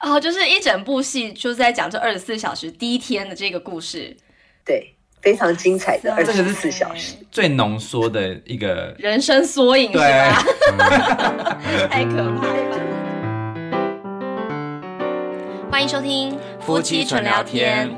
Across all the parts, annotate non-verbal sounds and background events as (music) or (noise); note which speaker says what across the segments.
Speaker 1: 哦，就是一整部戏就是在讲这二十四小时第一天的这个故事，
Speaker 2: 对，非常精彩的
Speaker 1: 哇
Speaker 2: 二
Speaker 1: 塞
Speaker 2: 十四小时。
Speaker 3: 最浓缩的一个，
Speaker 1: 人生缩影是
Speaker 3: 对
Speaker 1: 吧？ (laughs) 太可怕了。欢迎收听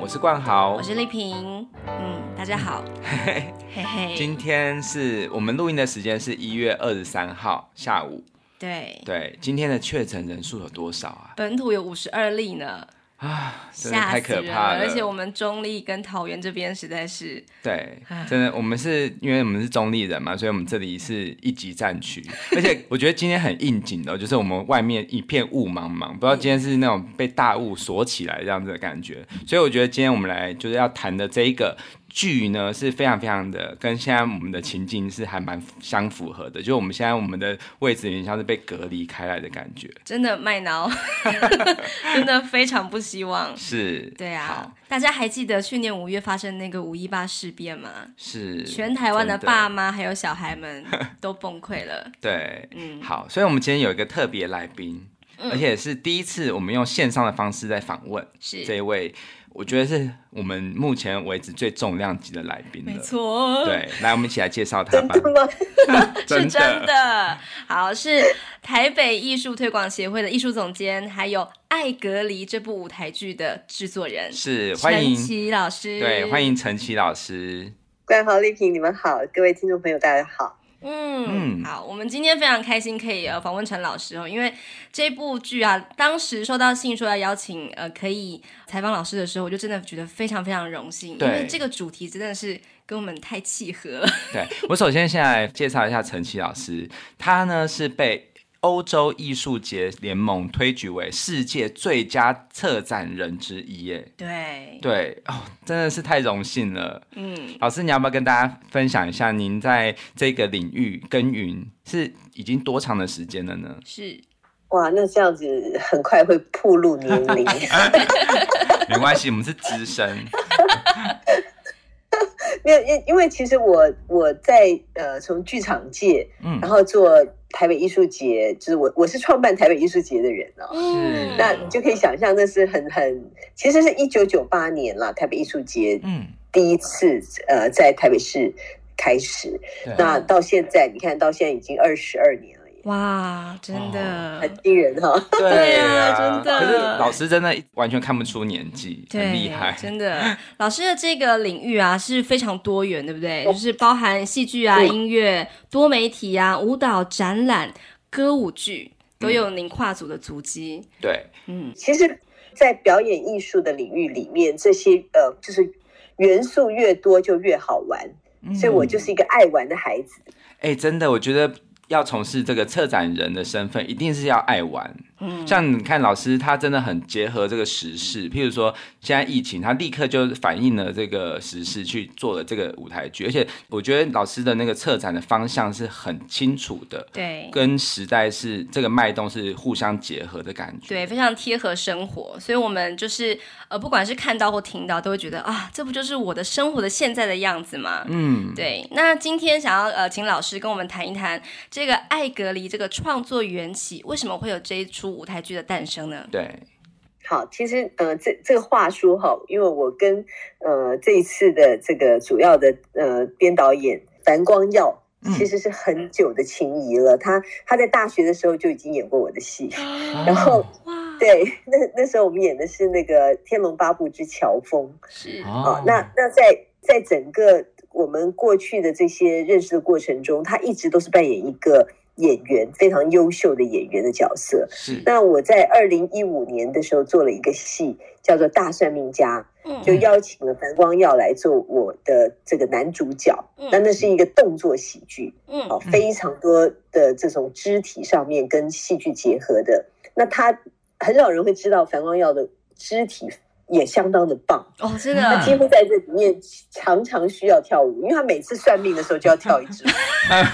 Speaker 3: 我是冠豪
Speaker 1: 我。是丽萍。嗯，大家好，嘿嘿，
Speaker 3: 今天是我们录音的时间是一月二十三号下午。
Speaker 1: 对，
Speaker 3: 对，今天的确诊人数有多少啊？
Speaker 1: 本土有五十二例呢，
Speaker 3: 啊，真的
Speaker 1: 吓
Speaker 3: 太
Speaker 1: 死
Speaker 3: 可
Speaker 1: 人
Speaker 3: 怕了！
Speaker 1: 而且我们中立跟桃园这边实在是，
Speaker 3: 对，真的，我们是因为我们是中立人嘛，所以我们这里是一级战区。而且我觉得今天很应景的哦，就是我们外面一片雾茫茫，不知道今天是那种被大雾锁起来这样子的感觉。所以我觉得今天我们来就是要谈的这一个剧呢，是非常非常的跟现在我们的情境是还蛮相符合的，就是我们现在我们的位置有点像是被隔离开来的感觉。
Speaker 1: 真的卖挠，真的非常不希望。
Speaker 3: 是，
Speaker 1: 对
Speaker 3: 好
Speaker 1: 啊，，大家还记得去年五月发生那个五一八事变吗？
Speaker 3: 是
Speaker 1: 全台湾的
Speaker 3: 真
Speaker 1: 爸妈还有小孩们都崩溃
Speaker 3: (laughs)
Speaker 1: 了。
Speaker 3: 对，
Speaker 1: 嗯
Speaker 3: 好，所以我们今天有一个特别来宾，而且是第一次我们用线上的方式在访问这
Speaker 1: 是，
Speaker 3: 一位，我觉得是我们目前为止最重量级的来宾
Speaker 1: 没
Speaker 3: 了。
Speaker 1: 错，，
Speaker 3: 对，来，我们一起来介绍他
Speaker 2: 真
Speaker 3: 吧。
Speaker 2: 的吗？
Speaker 1: (laughs) 是真的。 (laughs) 好，是台北艺术推广协会的艺术总监，还有《爱隔离》这部舞台剧的制作人，
Speaker 3: 是欢
Speaker 1: 陈
Speaker 3: 迎，
Speaker 1: 琦老师。
Speaker 3: 对，欢。迎陈琦老师。
Speaker 2: 冠豪、丽萍，你们好，各位听众朋友，大家好。
Speaker 1: 嗯，
Speaker 3: 嗯
Speaker 1: 好，我们今天非常开心可以呃访问陈老师哦，因为这部剧啊，当时收到信说要邀请呃可以采访老师的时候，我就真的觉得非常非常荣幸，因
Speaker 3: 对
Speaker 1: 为这个主题真的是跟我们太契合了。 (laughs)
Speaker 3: 对我首先先来介绍一下陈琦老师，他呢是被欧洲艺术节联盟推举为世界最佳策展人之一耶。
Speaker 1: 对，
Speaker 3: 对哦，真的是太荣幸了。
Speaker 1: 嗯，
Speaker 3: 老师，你要不要跟大家分享一下您在这个领域耕耘是已经多长的时间
Speaker 2: (laughs)
Speaker 3: 了呢？
Speaker 1: 是
Speaker 2: 哇，那这样子很快会暴露年
Speaker 1: (laughs)
Speaker 2: 龄。
Speaker 3: 没关系，我们是资深，
Speaker 2: 没有，因因为其实我我在呃从剧场界，
Speaker 3: 嗯
Speaker 2: 然后做台北艺术节，就是我我是创办台北艺术节的人哦。
Speaker 1: 嗯
Speaker 2: 那你就可以想象，那是很很，其实是一九九八年啦，台北艺术节
Speaker 3: 嗯，
Speaker 2: 第一次呃在台北市开始，
Speaker 3: 对，
Speaker 2: 那到现在你看到现在已经二十二年了耶，
Speaker 1: 哇，真的，
Speaker 2: 哦很惊人哈、
Speaker 1: 对啊真的
Speaker 3: 可是老师真的完全看不出年纪，
Speaker 1: 对
Speaker 3: 很厉害，
Speaker 1: 真的。 (laughs) 老师的这个领域啊是非常多元，对不对？
Speaker 3: 哦
Speaker 1: 就是包含戏剧啊、
Speaker 2: 嗯
Speaker 1: 音乐、多媒体啊、舞蹈、展览、歌舞剧，都有您跨足的足迹。
Speaker 3: 对，
Speaker 1: 嗯，
Speaker 2: 其实，在表演艺术的领域里面，这些呃就是元素越多就越好玩，
Speaker 3: 嗯
Speaker 2: 所以我就是一个爱玩的孩子。
Speaker 3: 哎、真的，我觉得要从事这个策展人的身份，一定是要爱玩。嗯，像你看老师，他真的很结合这个时事，譬如说现在疫情，他立刻就反映了这个时事去做了这个舞台剧，而且我觉得老师的那个策展的方向是很清楚的，
Speaker 1: 对。
Speaker 3: 跟时代是这个脉动是互相结合的感觉。
Speaker 1: 对，非常贴合生活，所以我们就是呃，不管是看到或听到，都会觉得啊，这不就是我的生活的现在的样子吗？
Speaker 3: 嗯，
Speaker 1: 对，那今天想要呃，请老师跟我们谈一谈这个《艾格离》这个创作缘起，为什么会有这一出舞台剧的诞生呢？
Speaker 3: 对，
Speaker 2: 好，其实呃，这这个话说哈，因为我跟呃这一次的这个主要的呃编导演樊光耀
Speaker 3: 嗯。
Speaker 2: 其实是很久的情谊了，他他在大学的时候就已经演过我的戏，
Speaker 1: 哦
Speaker 3: 啊
Speaker 2: 然后
Speaker 1: 哇，
Speaker 2: 对那那时候我们演的是那个《天龙八部之乔峰》，
Speaker 1: 是
Speaker 3: 哦
Speaker 2: 哦，那那在在整个我们过去的这些认识的过程中，他一直都是扮演一个演员非常优秀的演员的角色。
Speaker 3: 是
Speaker 2: 那我在二零一五年的时候做了一个戏，叫做《大算命家》，
Speaker 1: 嗯
Speaker 2: 就邀请了樊光耀来做我的这个男主角
Speaker 1: 嗯。
Speaker 2: 那那是一个动作喜剧，哦
Speaker 1: 嗯，
Speaker 2: 非常多的这种肢体上面跟戏剧结合的。那他很少人会知道樊光耀的肢体也相当的棒。
Speaker 1: 哦，真
Speaker 2: 他几
Speaker 1: 的
Speaker 2: 乎在这里面常常需要跳舞，因为他每次算命的时候就要跳一支舞，
Speaker 1: 呃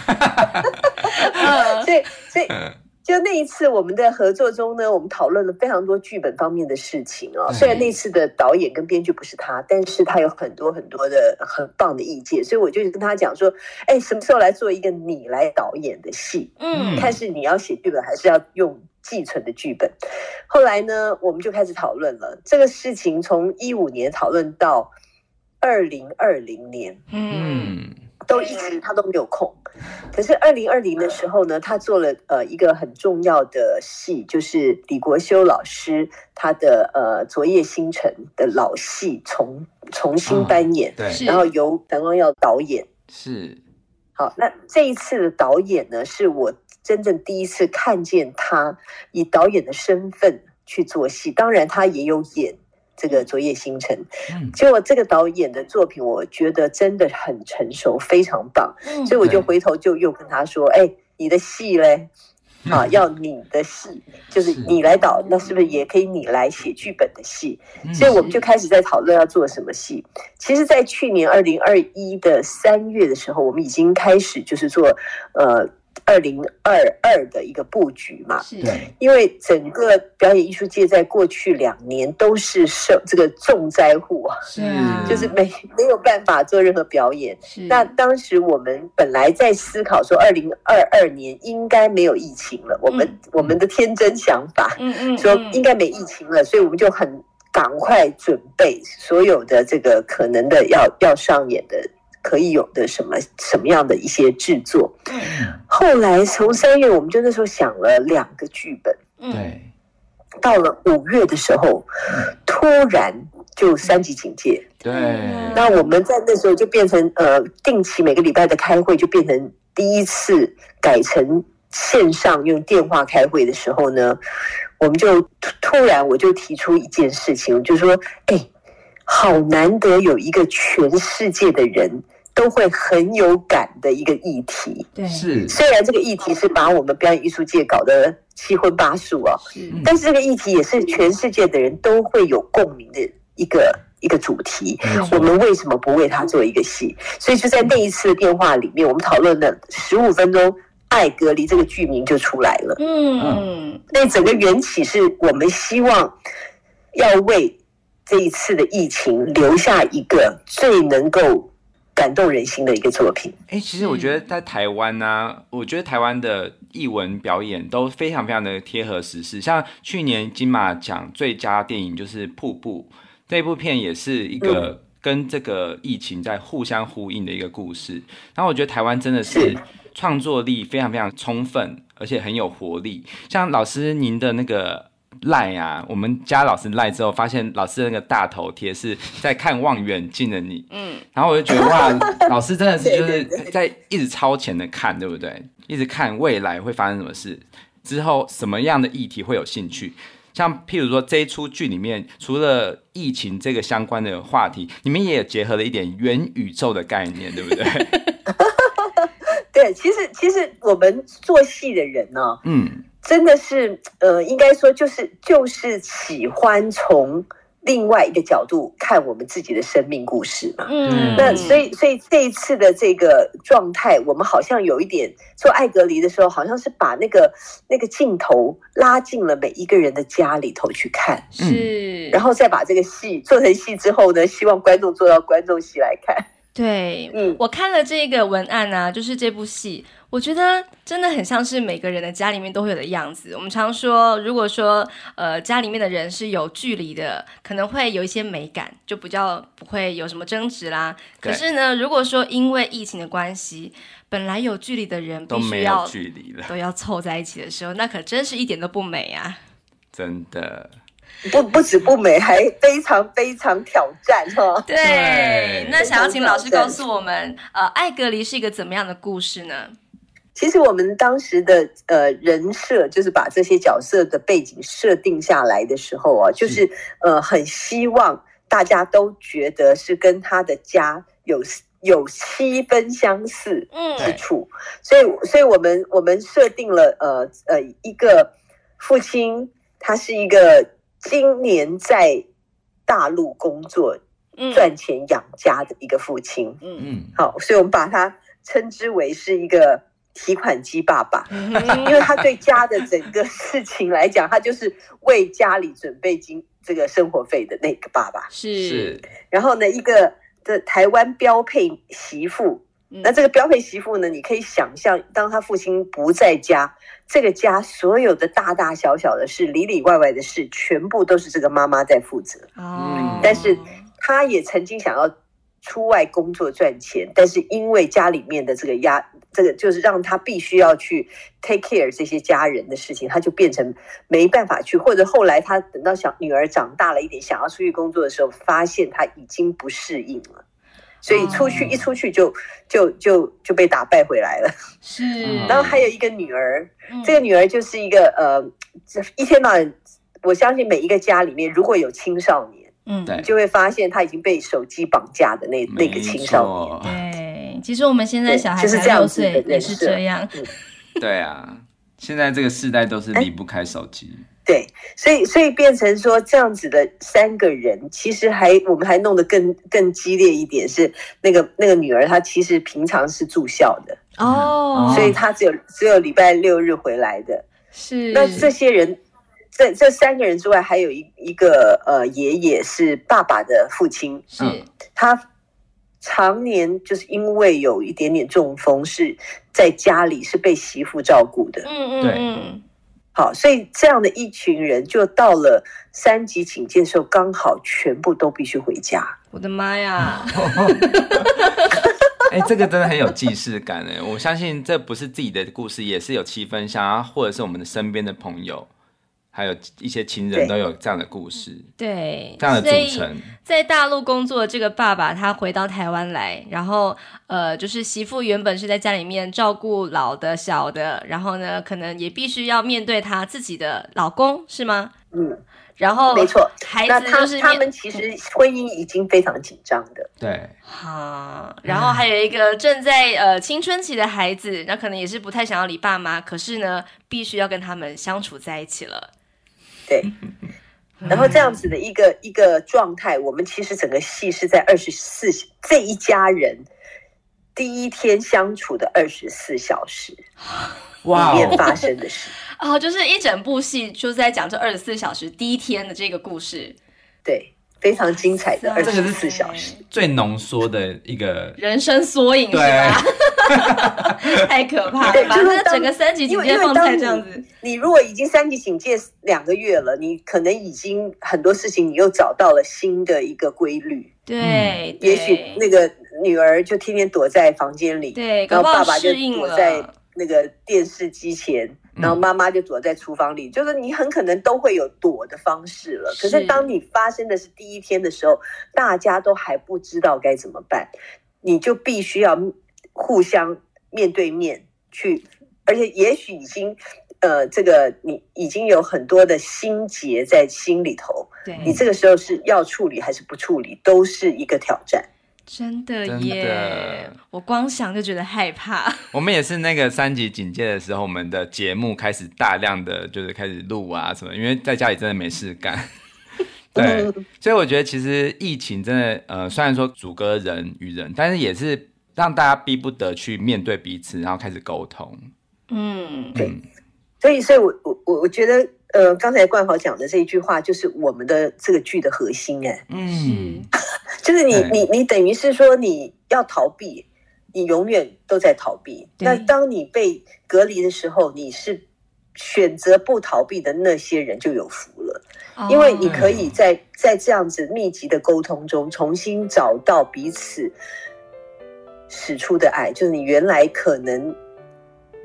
Speaker 2: 所以所以
Speaker 3: 嗯
Speaker 2: 就那一次我们的合作中呢，我们讨论了非常多剧本方面的事情啊、哦。
Speaker 3: 对
Speaker 2: 虽然那次的导演跟编剧不是他，但是他有很多很多的很棒的意见，所以我就跟他讲说，哎，什么时候来做一个你来导演的戏？
Speaker 1: 嗯
Speaker 2: 看是你要写剧本，还是要用寄存的剧本。后来呢，我们就开始讨论了这个事情，从一五年讨论到二零二零年，
Speaker 1: 嗯
Speaker 3: 嗯，
Speaker 2: 都一直他都没有空。可是二零二零的时候呢，他做了呃一个很重要的戏，就是李国修老师他的呃《昨夜星辰》的老戏重重新扮演，
Speaker 3: 对，
Speaker 1: 是
Speaker 2: 然后由樊光耀导演。
Speaker 3: 是，
Speaker 2: 好，那这一次的导演呢，是我真正第一次看见他以导演的身份去做戏，当然他也有演这个《昨夜星辰》，
Speaker 3: 嗯，
Speaker 2: 结果这个导演的作品，我觉得真的很成熟，非常棒，
Speaker 1: 嗯
Speaker 2: 所以我就
Speaker 3: 对
Speaker 2: 回头就又跟他说：“哎，你的戏嘞？”啊，要你的戏，就是
Speaker 3: 是
Speaker 2: 你来导，那是不是也可以你来写剧本的戏？
Speaker 3: 嗯
Speaker 2: 所以我们就开始在讨论要做什么戏。其实，在去年二零二一的三月的时候，我们已经开始就是做呃二零二二的一个布局嘛。
Speaker 1: 是
Speaker 3: 对，
Speaker 2: 因为整个表演艺术界在过去两年都是受这个重灾户啊，
Speaker 1: 是
Speaker 3: 嗯
Speaker 1: 啊，
Speaker 2: 就是没没有办法做任何表演。
Speaker 1: 是
Speaker 2: 那当时我们本来在思考说，二零二二年应该没有疫情了，我们、我们的天真想法
Speaker 1: 嗯嗯
Speaker 2: 说
Speaker 1: 嗯
Speaker 2: 应该没疫情了，所以我们就很赶快准备所有的这个可能的要要上演的。可以有的什么什么样的一些制作？
Speaker 1: 嗯
Speaker 2: 后来从三月，我们就那时候想了两个剧本，
Speaker 1: 嗯
Speaker 3: 对，
Speaker 2: 到了五月的时候，突然就三级警戒，
Speaker 1: 嗯
Speaker 3: 对，
Speaker 2: 那我们在那时候就变成呃，定期每个礼拜的开会就变成第一次改成线上用电话开会的时候呢，我们就突突然我就提出一件事情，我就说，哎，好难得有一个全世界的人都会很有感的一个议题，
Speaker 1: 对
Speaker 3: 是，
Speaker 2: 虽然这个议题是把我们表演艺术界搞得七荤八素哦，
Speaker 1: 是
Speaker 3: 嗯
Speaker 2: 但是这个议题也是全世界的人都会有共鸣的一个一个主题。
Speaker 3: 没
Speaker 2: 我
Speaker 3: 错，
Speaker 2: 们为什么不为他做一个戏？所以就在那一次的电话里面，我们讨论了十五分钟，《爱隔离》这个剧名就出来了。
Speaker 1: 嗯
Speaker 2: 那整个缘起是我们希望要为这一次的疫情留下一个最能够感动人心的一个作品。
Speaker 3: 哎、其实我觉得在台湾呢、我觉得台湾的艺文表演都非常非常的贴合时事。像去年金马奖最佳电影就是《瀑布》，这部片也是一个跟这个疫情在互相呼应的一个故事。然后我觉得台湾真的是
Speaker 2: 是
Speaker 3: 创作力非常非常充分，而且很有活力。像老师您的那个。赖啊，我们加老师赖之后，发现老师的那个大头贴是在看望远镜的你，
Speaker 1: 嗯
Speaker 3: 然后我就觉得
Speaker 2: (laughs)
Speaker 3: 哇，老师真的是就
Speaker 2: 对
Speaker 3: 是在一直超前的看，对不对？一直看未来会发生什么事，之后什么样的议题会有兴趣。像譬如说这一出剧里面，除了疫情这个相关的话题，你们也结合了一点元宇宙的概念，对
Speaker 2: (laughs)
Speaker 3: 不对？
Speaker 2: 对，其实其实我们做戏的人呢、
Speaker 3: 嗯，
Speaker 2: 真的是呃，应该说就是就是喜欢从另外一个角度看我们自己的生命故事嘛。
Speaker 1: 嗯，
Speaker 2: 那所以，所以这一次的这个状态，我们好像有一点做艾格离的时候，好像是把那个那个镜头拉进了每一个人的家里头去看，
Speaker 1: 是，
Speaker 2: 然
Speaker 1: 后
Speaker 2: 后再把这个戏做成戏之后呢，希望观众做到观众席来看。
Speaker 1: 对
Speaker 2: 嗯，
Speaker 1: 我看了这个文案啊，就是这部戏，我觉得真的很像是每个人的家里面都会有的样子。我们常说，如果说呃家里面的人是有距离的，可能会有一些美感，就比较不会有什么争执啦。可
Speaker 3: 对
Speaker 1: 是呢，如果说因为疫情的关系，本来有距离的人
Speaker 3: 都
Speaker 1: 必须
Speaker 3: 没有
Speaker 1: 要
Speaker 3: 距离了，
Speaker 1: 都要凑在一起的时候，那可真是一点都不美啊！
Speaker 3: 真的。
Speaker 2: 不不止不美，还非常非常挑战哈、
Speaker 1: 对，
Speaker 3: 对
Speaker 1: 那想要请老师
Speaker 2: 非
Speaker 1: 告
Speaker 2: 常挑战
Speaker 1: 诉我们，呃，艾格离是一个怎么样的故事呢？
Speaker 2: 其实我们当时的呃人设，就是把这些角色的背景设定下来的时候啊，就是呃很希望大家都觉得是跟他的家有有七分相似
Speaker 1: 嗯
Speaker 2: 之处，所以所以我们我们设定了呃呃一个父亲，他是一个今年在大陆工作
Speaker 1: 嗯
Speaker 2: 赚钱养家的一个父亲，
Speaker 1: 嗯
Speaker 3: 嗯，
Speaker 2: 好，所以我们把他称之为是一个提款机爸爸，
Speaker 1: 嗯
Speaker 2: 因为他对家的整个事情来讲，他就是为家里准备经这个生活费的那个爸爸。
Speaker 1: 是
Speaker 3: 是
Speaker 2: 然后呢，一个的台湾标配媳妇
Speaker 1: 嗯
Speaker 2: 那这个标配媳妇呢，你可以想象，当她父亲不在家，这个家所有的大大小小的事、里里外外的事，全部都是这个妈妈在负责。
Speaker 3: 嗯
Speaker 1: 哦，
Speaker 2: 但是她也曾经想要出外工作赚钱，但是因为家里面的这个压，这个就是让她必须要去 take care 这些家人的事情，她就变成没办法去。或者后来她等到小女儿长大了一点，想要出去工作的时候，发现她已经不适应了。所以出去
Speaker 1: 哦
Speaker 2: 一出去就就就就被打败回来了。
Speaker 3: 嗯
Speaker 1: 是，
Speaker 2: (laughs) 然后还有一个女儿，
Speaker 1: 嗯
Speaker 2: 这个女儿就是一个呃，一天到晚，我相信每一个家里面如果有青少年，
Speaker 1: 嗯
Speaker 3: 对
Speaker 2: 就会发现他已经被手机绑架的那那个青少年。
Speaker 3: 年，
Speaker 1: 对，其实我们现在
Speaker 2: 对
Speaker 1: 小孩
Speaker 2: 就是
Speaker 1: 才
Speaker 2: 这样
Speaker 1: 六
Speaker 2: 子的
Speaker 1: 岁，也
Speaker 2: 人
Speaker 1: 是
Speaker 2: 设
Speaker 1: 这样，
Speaker 3: 对啊，现在这个世代都
Speaker 2: 哎
Speaker 3: 是离不开手机，
Speaker 2: 对，所以所以变成说这样子的三个人，其实还我们还弄得更更激烈一点，是那个那个女儿她其实平常是住校的，
Speaker 3: 嗯
Speaker 1: 哦，
Speaker 2: 所以她只有只有礼拜六日回来的。
Speaker 1: 是
Speaker 2: 那这些人，这这三个人之外，还有一一个呃爷爷是爸爸的父亲，
Speaker 3: 嗯
Speaker 1: 是
Speaker 2: 他常年就是因为有一点点中风，是在家里是被媳妇照顾的。
Speaker 1: 嗯嗯
Speaker 3: 对
Speaker 1: 嗯，
Speaker 2: 好，所以这样的一群人，就到了三级警戒的时候，刚好全部都必须回家。
Speaker 1: 我的妈
Speaker 3: (laughs)
Speaker 1: 呀，
Speaker 3: 哎、这个真的很有既视感哎！我相信这不是自己的故事，也是有七分像啊，或者是我们的身边的朋友，还有一些亲人
Speaker 2: 对
Speaker 3: 都有这样的故事，
Speaker 1: 对，
Speaker 3: 这样的
Speaker 1: 所
Speaker 3: 组
Speaker 1: 以
Speaker 3: 成。
Speaker 1: 在大陆工作的这个爸爸，他回到台湾来，然后呃，就是媳妇原本是在家里面照顾老的、小的，然后呢，可能也必须要面对他自己的老公，是吗？
Speaker 2: 嗯，
Speaker 1: 然后
Speaker 2: 没错，
Speaker 1: 孩
Speaker 2: 那
Speaker 1: 子
Speaker 2: 他
Speaker 1: 就是面
Speaker 2: 他们其实婚姻已经非常紧张的。
Speaker 3: 对，
Speaker 1: 啊，然后还有一个正在呃青春期的孩子，那可能也是不太想要理爸妈，可是呢，必须要跟他们相处在一起了。
Speaker 2: 对，
Speaker 1: 嗯
Speaker 2: 然后这样子的一个一个状态，我们其实整个戏是在二十四这一家人第一天相处的二十四小时里
Speaker 3: 哇
Speaker 2: 面
Speaker 3: 哦，
Speaker 2: 发生的事。
Speaker 1: 哦，就是一整部戏就是在讲这二十四小时第一天的这个故事，
Speaker 2: 对，非常精彩的
Speaker 1: 哇
Speaker 2: 二
Speaker 1: 塞
Speaker 2: 十四小时。
Speaker 3: 最浓缩的一个，
Speaker 1: 人生缩影是
Speaker 3: 对
Speaker 1: 吧？ (laughs) 太可怕了
Speaker 2: 对
Speaker 1: 吧！
Speaker 2: 哎就是
Speaker 1: 那
Speaker 2: 当
Speaker 1: 整个三级
Speaker 2: 因
Speaker 1: 警
Speaker 2: 为
Speaker 1: 戒
Speaker 2: 因为
Speaker 1: 放
Speaker 2: 当嗯
Speaker 1: 在
Speaker 2: 你
Speaker 1: 这样子，
Speaker 2: 你如果已经三级警戒两个月了，你可能已经很多事情你又找到了新的一个规律。
Speaker 1: 对，
Speaker 2: 也许那个女儿就天天躲在房间里，
Speaker 1: 对，
Speaker 2: 然
Speaker 1: 搞
Speaker 2: 后
Speaker 1: 不好
Speaker 2: 爸爸就
Speaker 1: 适应
Speaker 2: 躲
Speaker 1: 了，
Speaker 2: 在那个电视机前，
Speaker 3: 嗯
Speaker 2: 然后妈妈就躲在厨房里，就是你很可能都会有躲的方式了。
Speaker 1: 是
Speaker 2: 可是当你发生的是第一天的时候，大家都还不知道该怎么办，你就必须要互相面对面去，而且也许已经。呃，这个你已经有很多的心结在心里头，
Speaker 1: 对，
Speaker 2: 你这个时候是要处理还是不处理，都是一个挑战。
Speaker 1: 真的
Speaker 3: 真
Speaker 1: 耶
Speaker 3: 的！
Speaker 1: 我光想就觉得害怕。
Speaker 3: 我们也是那个三级警戒的时候，我们的节目开始大量的就是开始录啊什么，因为在家里真的没事
Speaker 2: (laughs)
Speaker 3: 干。对，
Speaker 2: 嗯
Speaker 3: 所以我觉得其实疫情真的，呃，虽然说阻隔人与人，但是也是让大家逼不得去面对彼此，然后开始沟通。
Speaker 1: 嗯，
Speaker 2: 对
Speaker 3: 嗯，
Speaker 2: 所以，所以我我我我觉得，呃，刚才冠豪讲的这一句话，就是我们的这个剧的核心、哎，
Speaker 1: 是
Speaker 3: 嗯，
Speaker 2: 就是你
Speaker 3: 对
Speaker 2: 你你等于是说你要逃避，你永远都在逃避。
Speaker 1: 对
Speaker 2: 那当你被隔离的时候，你是选择不逃避的那些人就有福了，因
Speaker 1: 哦
Speaker 2: 为你可以在在这样子密集的沟通中，重新找到彼此使出的爱，就是你原来可能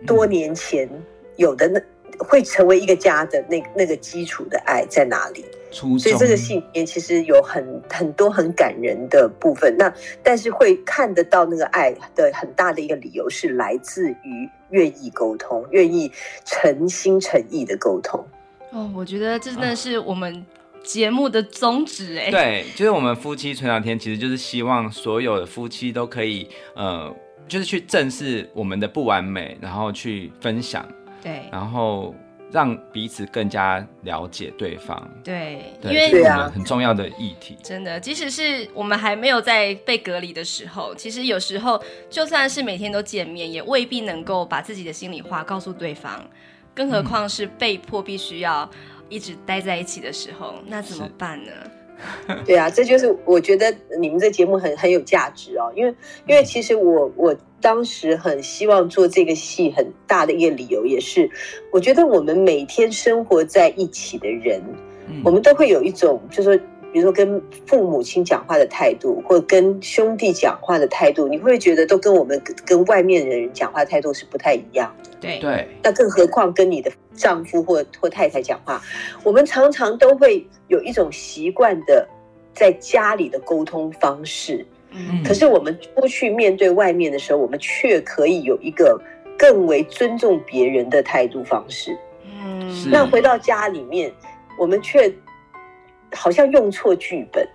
Speaker 2: 多年前有的那会成为一个家的那那个基础的爱在哪里？
Speaker 3: 初
Speaker 2: 所以
Speaker 3: 中
Speaker 2: 这个戏里面其实有很很多很感人的部分。那但是会看得到那个爱的很大的一个理由是来自于愿意沟通，愿意诚心诚意的沟通。
Speaker 1: 哦，我觉得这
Speaker 2: 啊
Speaker 1: 真的是我们节目的宗旨哎。，
Speaker 3: 对，就是我们夫妻存聊天，其实就是希望所有的夫妻都可以，呃，就是去正视我们的不完美，然后去分享，
Speaker 1: 对
Speaker 2: 啊
Speaker 3: 然后让彼此更加了解对方。
Speaker 1: 对，
Speaker 3: 对
Speaker 1: 因为
Speaker 3: 这
Speaker 2: 对
Speaker 3: 是
Speaker 2: 啊
Speaker 3: 我们很重要的议题。
Speaker 1: 真的，即使是我们还没有在被隔离的时候，其实有时候就算是每天都见面，也未必能够把自己的心里话告诉对方，
Speaker 2: 嗯
Speaker 1: 更何况是被迫必须要一直待在一起的时候，那怎么
Speaker 3: 是
Speaker 1: 办呢？
Speaker 2: 对啊，这就是我觉得你们这节目很很有价值哦，因为因为其实我我当时很希望做这个戏，很大的一个理由也是，我觉得我们每天生活在一起的人，
Speaker 3: 嗯
Speaker 2: 我们都会有一种，就是说，比如说跟父母亲讲话的态度，或跟兄弟讲话的态度，你会不会觉得都跟我们跟外面的人讲话态度是不太一样？
Speaker 1: 对
Speaker 3: 对
Speaker 2: 那更何况跟你的丈夫或或太太讲话，我们常常都会有一种习惯的在家里的沟通方式，
Speaker 1: 嗯
Speaker 2: 可是我们出去面对外面的时候，我们却可以有一个更为尊重别人的态度方式。
Speaker 1: 嗯
Speaker 3: 是
Speaker 2: 那回到家里面，我们却好像用错剧本。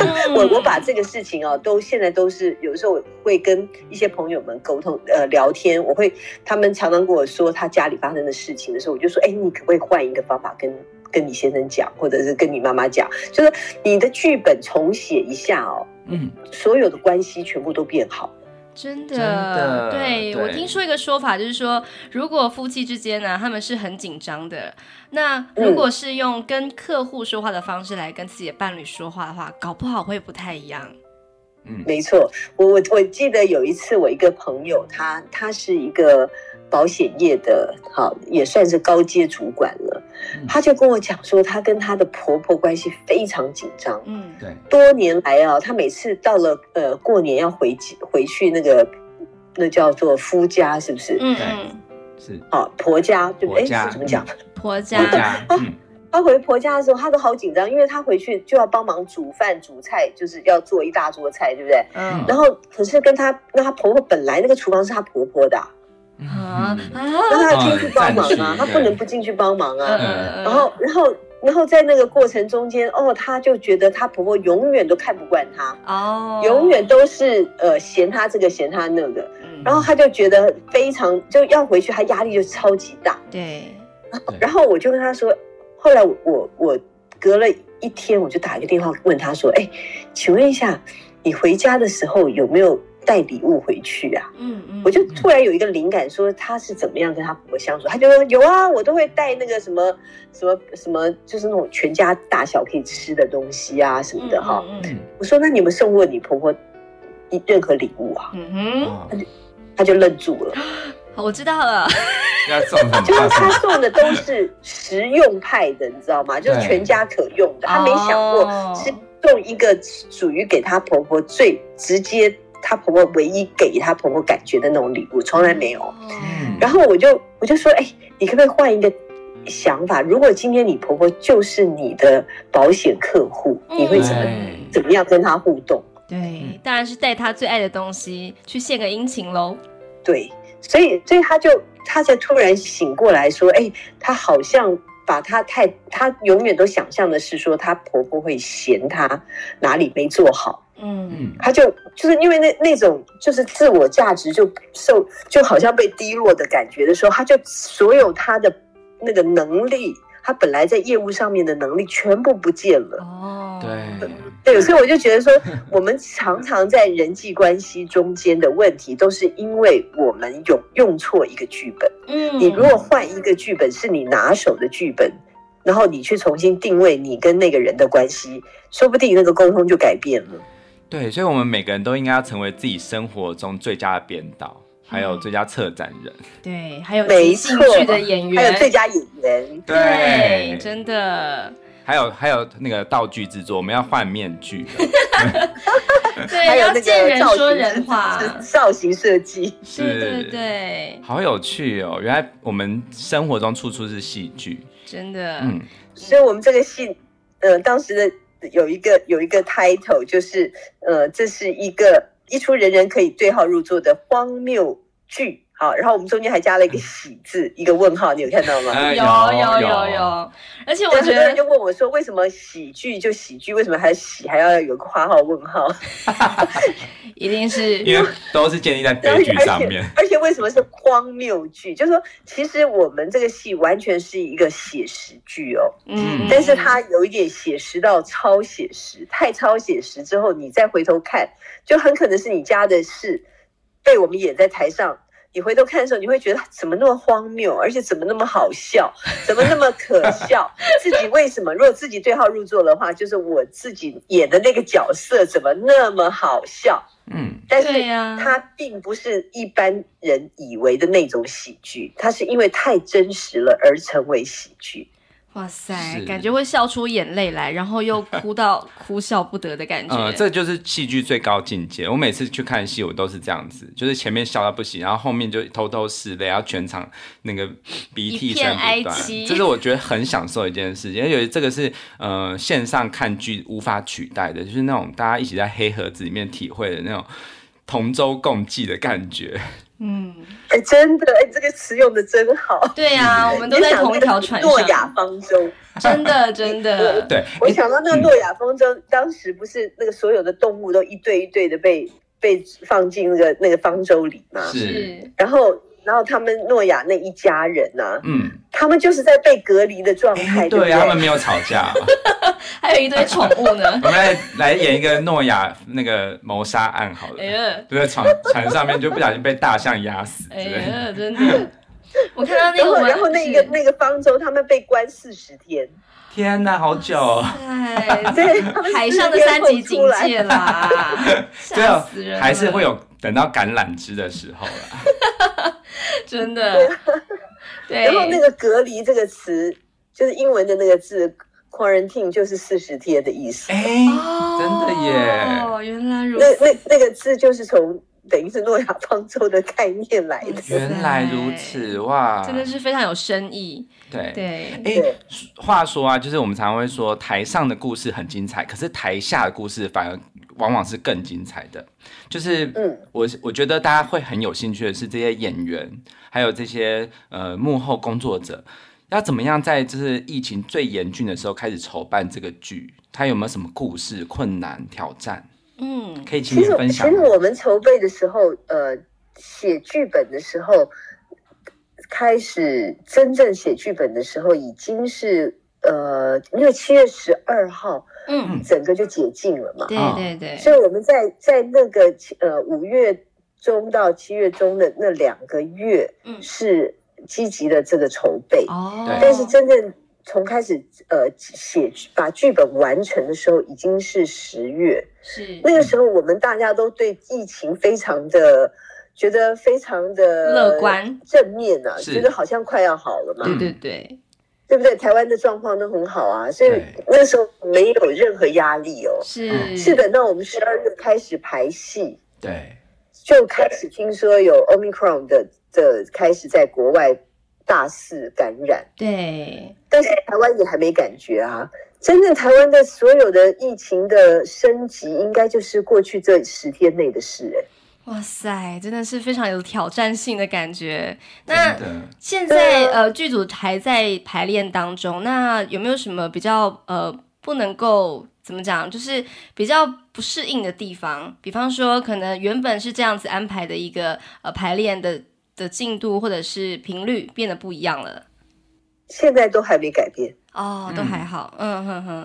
Speaker 1: 嗯
Speaker 2: 我我把这个事情哦，都现在都是有时候我会跟一些朋友们沟通呃聊天，我会他们常常跟我说他家里发生的事情的时候，我就说，哎，你可不可以换一个方法跟跟你先生讲，或者是跟你妈妈讲，就是你的剧本重写一下哦，
Speaker 3: 嗯
Speaker 2: 所有的关系全部都变好。
Speaker 1: 真的，
Speaker 3: 真的
Speaker 1: 对我
Speaker 3: 对
Speaker 1: 听说一个说法，就是说，如果夫妻之间呢、他们是很紧张的，
Speaker 2: 嗯
Speaker 1: 那如果是用跟客户说话的方式来跟自己的伴侣说话的话，搞不好会不太一样。
Speaker 3: 嗯
Speaker 2: 没错，我我我记得有一次，我一个朋友，他他是一个保险业的，好也算是高阶主管了
Speaker 3: 嗯，
Speaker 2: 他就跟我讲说，他跟他的婆婆关系非常紧张。
Speaker 1: 嗯，
Speaker 3: 对，
Speaker 2: 多年来啊，他每次到了呃过年要回去回去那个那叫做夫家是不是？
Speaker 1: 嗯
Speaker 3: 对
Speaker 1: 嗯，
Speaker 3: 是
Speaker 2: 啊，婆家对不
Speaker 3: 婆
Speaker 2: 对？
Speaker 3: 家
Speaker 2: 哎，
Speaker 3: 嗯
Speaker 2: 是怎么讲？
Speaker 1: 婆家
Speaker 3: 婆
Speaker 2: (laughs)
Speaker 3: 家，嗯
Speaker 2: 他回婆家的时候，他都好紧张，因为他回去就要帮忙煮饭、煮菜，就是要做一大桌菜，对不对？
Speaker 1: 嗯
Speaker 2: 然后可是跟他那他婆婆本来那个厨房是他婆婆的啊、
Speaker 3: 嗯
Speaker 1: (laughs) 啊
Speaker 3: 嗯
Speaker 2: 那
Speaker 1: 啊，
Speaker 2: 他要进去帮忙啊
Speaker 3: 嗯，
Speaker 2: 他不能不进去帮忙
Speaker 1: 嗯
Speaker 2: 啊。
Speaker 1: 嗯
Speaker 2: 然后，然后，然后在那个过程中间，哦，他就觉得他婆婆永远都看不惯他，
Speaker 1: 哦，
Speaker 2: 永远都是呃嫌他这个嫌他那个，
Speaker 1: 嗯，
Speaker 2: 然后他就觉得非常就要回去，他压力就超级大。
Speaker 1: 对，
Speaker 3: 嗯对
Speaker 2: 然后我就跟他说，后来我我我隔了一天，我就打一个电话问他说，哎，请问一下，你回家的时候有没有带礼物回去啊？
Speaker 1: 嗯嗯，
Speaker 2: 我就突然有一个灵感，说他是怎么样跟他婆婆相处。他就说有啊，我都会带那个什么什么什么，就是那种全家大小可以吃的东西啊什么的哈。
Speaker 1: 嗯嗯
Speaker 3: 嗯
Speaker 2: 我说那你们送过你婆婆一任何礼物啊？
Speaker 1: 嗯
Speaker 3: 嗯
Speaker 1: 哼，
Speaker 3: 哦
Speaker 2: 他就愣住
Speaker 1: (laughs)
Speaker 2: 了，
Speaker 1: 好，我知道了，
Speaker 3: 要送什么？
Speaker 2: 就是
Speaker 3: 要
Speaker 2: 他
Speaker 3: 送什么
Speaker 2: 送的都是实用派的，你知道吗？就是
Speaker 3: 对
Speaker 2: 全家可用的。他没想过
Speaker 1: 哦
Speaker 2: 是送一个属于给她婆婆最直接，她婆婆唯一给她婆婆感觉的那种礼物，从来没有。
Speaker 1: 嗯
Speaker 2: 然后我就我就说，哎，你可不可以换一个想法？如果今天你婆婆就是你的保险客户，
Speaker 1: 嗯
Speaker 2: 你会怎么
Speaker 3: 对
Speaker 2: 怎么样跟她互动？
Speaker 1: 对
Speaker 3: 嗯，
Speaker 1: 当然是带他最爱的东西去献个殷勤喽。
Speaker 2: 对，所以所以她就她才突然醒过来，说，哎，她好像。把她太，她永远都想象的是说，她婆婆会嫌她哪里没做好，
Speaker 1: 嗯
Speaker 3: 嗯
Speaker 2: 她就就是因为那那种就是自我价值就受，就好像被低落的感觉的时候，她就所有她的那个能力，她本来在业务上面的能力全部不见了。
Speaker 1: 哦，
Speaker 3: 对
Speaker 2: 对，所以我就觉得说，我们常常在人际关系中间的问题，都是因为我们用用错一个剧本。
Speaker 1: 嗯，
Speaker 2: 你如果换一个剧本是你拿手的剧本，然后你去重新定位你跟那个人的关系，说不定那个沟通就改变了。
Speaker 3: 对，所以我们每个人都应该要成为自己生活中最佳的编导，还有
Speaker 1: 嗯
Speaker 3: 最佳策展人。
Speaker 1: 对，还有
Speaker 2: 没
Speaker 1: 即兴
Speaker 2: 错
Speaker 1: 剧的演员，
Speaker 2: 还有最佳演员，
Speaker 1: 对，真 (laughs) 的，
Speaker 3: 还有还有那个道具制作，我们要换面具的，
Speaker 1: 对，
Speaker 2: 还有
Speaker 1: 要
Speaker 2: 那
Speaker 1: 见
Speaker 2: 个
Speaker 1: 人
Speaker 2: 造
Speaker 1: 说
Speaker 2: 型
Speaker 1: 人话，
Speaker 2: (laughs) 造型设计。
Speaker 1: 对对对，
Speaker 3: 好有趣哦！原来我们生活中处处是戏剧，
Speaker 1: 真的，
Speaker 3: 嗯，
Speaker 2: 所以我们这个戏，呃，当时的有一个有一个 title 就是，呃，这是一个一出人人可以对号入座的荒谬剧。好，然后我们中间还加了一个喜字，一个问号，你有看到
Speaker 1: (laughs)
Speaker 2: 吗？
Speaker 3: 哎
Speaker 1: 有有有有，而且我
Speaker 2: 但
Speaker 1: 觉
Speaker 2: 很多人
Speaker 1: 得
Speaker 2: 就问我说，为什么喜剧就喜剧，为什么还喜还要有个花号问号？
Speaker 1: 一定是
Speaker 3: 因为都是建立在
Speaker 2: 然后
Speaker 3: (laughs) 悲剧上面，
Speaker 2: 而且而且为什么是荒谬剧？就是说，其实我们这个戏完全是一个写实剧哦，
Speaker 1: 嗯，
Speaker 2: 但是它有一点写实到超写实，太超写实之后，你再回头看，就很可能是你家的事被我们演在台上。你回头看的时候，你会觉得怎么那么荒谬，而且怎么那么好
Speaker 1: (laughs)
Speaker 2: 笑，怎么那么可笑？自己为什么？如果自己对号入座的话，就是我自己演的那个角色怎么那么好笑？
Speaker 3: 嗯，
Speaker 2: 但
Speaker 1: (laughs)
Speaker 2: 是
Speaker 1: 对呀
Speaker 2: 它并不是一般人以为的那种喜剧，它是因为太真实了而成为喜剧。
Speaker 1: 哇塞，
Speaker 3: 是
Speaker 1: 感觉会笑出眼泪来，然后又哭到哭笑不得的感觉。
Speaker 3: 呃，这就是戏剧最高境界。我每次去看戏，我都是这样子，就是前面笑到不行，然后后面就偷偷拭泪，然后全场那个鼻涕
Speaker 1: 一
Speaker 3: 声
Speaker 1: 片
Speaker 3: 不断
Speaker 1: 哀泣。
Speaker 3: 这是我觉得很享受的一件事情，因为有这个是呃线上看剧无法取代的，就是那种大家一起在黑盒子里面体会的那种同舟共济的感觉。
Speaker 1: 嗯，
Speaker 2: (laughs) 哎，真的，哎，这个词用的真好，
Speaker 1: 对呀、 (laughs) 我们都在同一条船
Speaker 2: 你想那个诺亚
Speaker 1: 上，
Speaker 2: 方舟。
Speaker 3: 哎 (laughs)
Speaker 1: 真的真的。
Speaker 3: 对，
Speaker 2: 我
Speaker 3: 诶
Speaker 2: 想到那个诺亚方舟，当时不是那个所有的动物都一对一对的被被放进那个那个方舟里吗？
Speaker 3: 是，
Speaker 1: 是，
Speaker 2: 然后，然后他们诺亚那一家人呐、
Speaker 3: 嗯，
Speaker 2: 他们就是在被隔离的状态，不
Speaker 3: 对
Speaker 2: 对？
Speaker 3: 啊，他们没有吵架。
Speaker 1: 还有一堆宠物
Speaker 3: (laughs)
Speaker 1: 呢。
Speaker 3: 我们来来演一个诺亚那个谋杀案好了。
Speaker 1: 哎呀，
Speaker 3: 就在船船上面就不小心被大象压死之
Speaker 1: 哎
Speaker 3: 类的。
Speaker 1: 呀，真的。我看到那个
Speaker 2: 然后，
Speaker 1: 文字，
Speaker 2: 然后那个那个方舟，他们被关四十天，
Speaker 3: 天哪，好久、哦！
Speaker 2: (laughs)
Speaker 1: 哎
Speaker 2: 对，他们
Speaker 1: 海上的
Speaker 2: 40天
Speaker 1: 三级警
Speaker 2: 后出来
Speaker 1: 戒
Speaker 3: (laughs)
Speaker 1: 啦，
Speaker 3: 最
Speaker 1: 吓
Speaker 3: 后
Speaker 1: 死人了！
Speaker 3: 啊
Speaker 1: 哦
Speaker 3: 还是会有等到橄榄枝的时候了。
Speaker 1: 真的，对，
Speaker 2: 啊然后那个隔离这个词，就是英文的那个字 quarantine，就是四十天的意思。
Speaker 3: 哎、 (laughs) 真的耶！
Speaker 1: 哦，原来如
Speaker 2: 那
Speaker 1: 此，
Speaker 2: 那那个字就是从等于是诺亚方舟的概念来的。
Speaker 3: 原来如此哇！
Speaker 1: 真的是非常有深意，
Speaker 3: 啊对。
Speaker 1: 对，
Speaker 3: 哎、
Speaker 2: 对
Speaker 3: 话说啊，就是我们常常会说台上的故事很精彩，可是台下的故事反而往往是更精彩的。就是，
Speaker 2: 嗯
Speaker 3: 我我觉得大家会很有兴趣的是这些演员，还有这些呃幕后工作者，要怎么样在就是疫情最严峻的时候开始筹办这个剧？他有没有什么故事、困难、挑战？
Speaker 1: 嗯，
Speaker 3: 可以请
Speaker 2: (laughs) 其
Speaker 3: 你
Speaker 2: 实
Speaker 3: 分
Speaker 2: 其
Speaker 3: 享
Speaker 2: 实
Speaker 3: 吗。
Speaker 2: 我们筹备的时候，呃，写剧本的时候，呃开始真正写剧本的时候，已经是呃，因为七月十二号
Speaker 1: 嗯，
Speaker 2: 整个就解禁了嘛，
Speaker 1: 对
Speaker 3: 啊
Speaker 1: 对对，
Speaker 2: 所以我们在在那个呃五月中到七月中的那两个月，
Speaker 1: 嗯
Speaker 2: 是积极的这个筹备，
Speaker 1: 哦
Speaker 3: 对，
Speaker 2: 但是真正从开始呃写把剧本完成的时候，已经是十月。
Speaker 1: 是
Speaker 2: 那个时候，我们大家都对疫情非常的觉得非常的
Speaker 1: 乐观，嗯
Speaker 2: 正面啊，
Speaker 3: 是
Speaker 2: 觉得好像快要好了嘛，
Speaker 3: 嗯
Speaker 1: 对对对，
Speaker 2: 对不对？台湾的状况都很好啊，所以
Speaker 3: 对
Speaker 2: 那时候没有任何压力哦。
Speaker 1: 是
Speaker 2: 是，等到我们十二月开始排戏，
Speaker 3: 对，
Speaker 2: 就开始听说有 Omicron 的的开始在国外大肆感染，
Speaker 1: 对，
Speaker 2: 但是台湾也还没感觉啊。真正台湾的所有的疫情的升级，应该就是过去这十天内的事、哎
Speaker 1: 哇塞，真的是非常有挑战性的感觉。那
Speaker 3: 真的。
Speaker 1: 现在
Speaker 2: 对啊
Speaker 1: 呃，剧组还在排练当中，那有没有什么比较呃不能够怎么讲，就是比较不适应的地方？比方说，可能原本是这样子安排的一个呃排练的的进度或者是频率变得不一样了。
Speaker 2: 现在都还没改变。
Speaker 1: 哦，
Speaker 3: 嗯
Speaker 1: 都还好，嗯哼哼，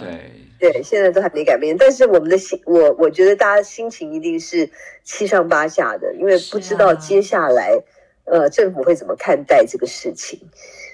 Speaker 3: 对，
Speaker 2: 对，现在都还没改变，但是我们的心，我我觉得大家心情一定是七上八下的，因为
Speaker 1: 是啊
Speaker 2: 不知道接下来，呃，政府会怎么看待这个事情。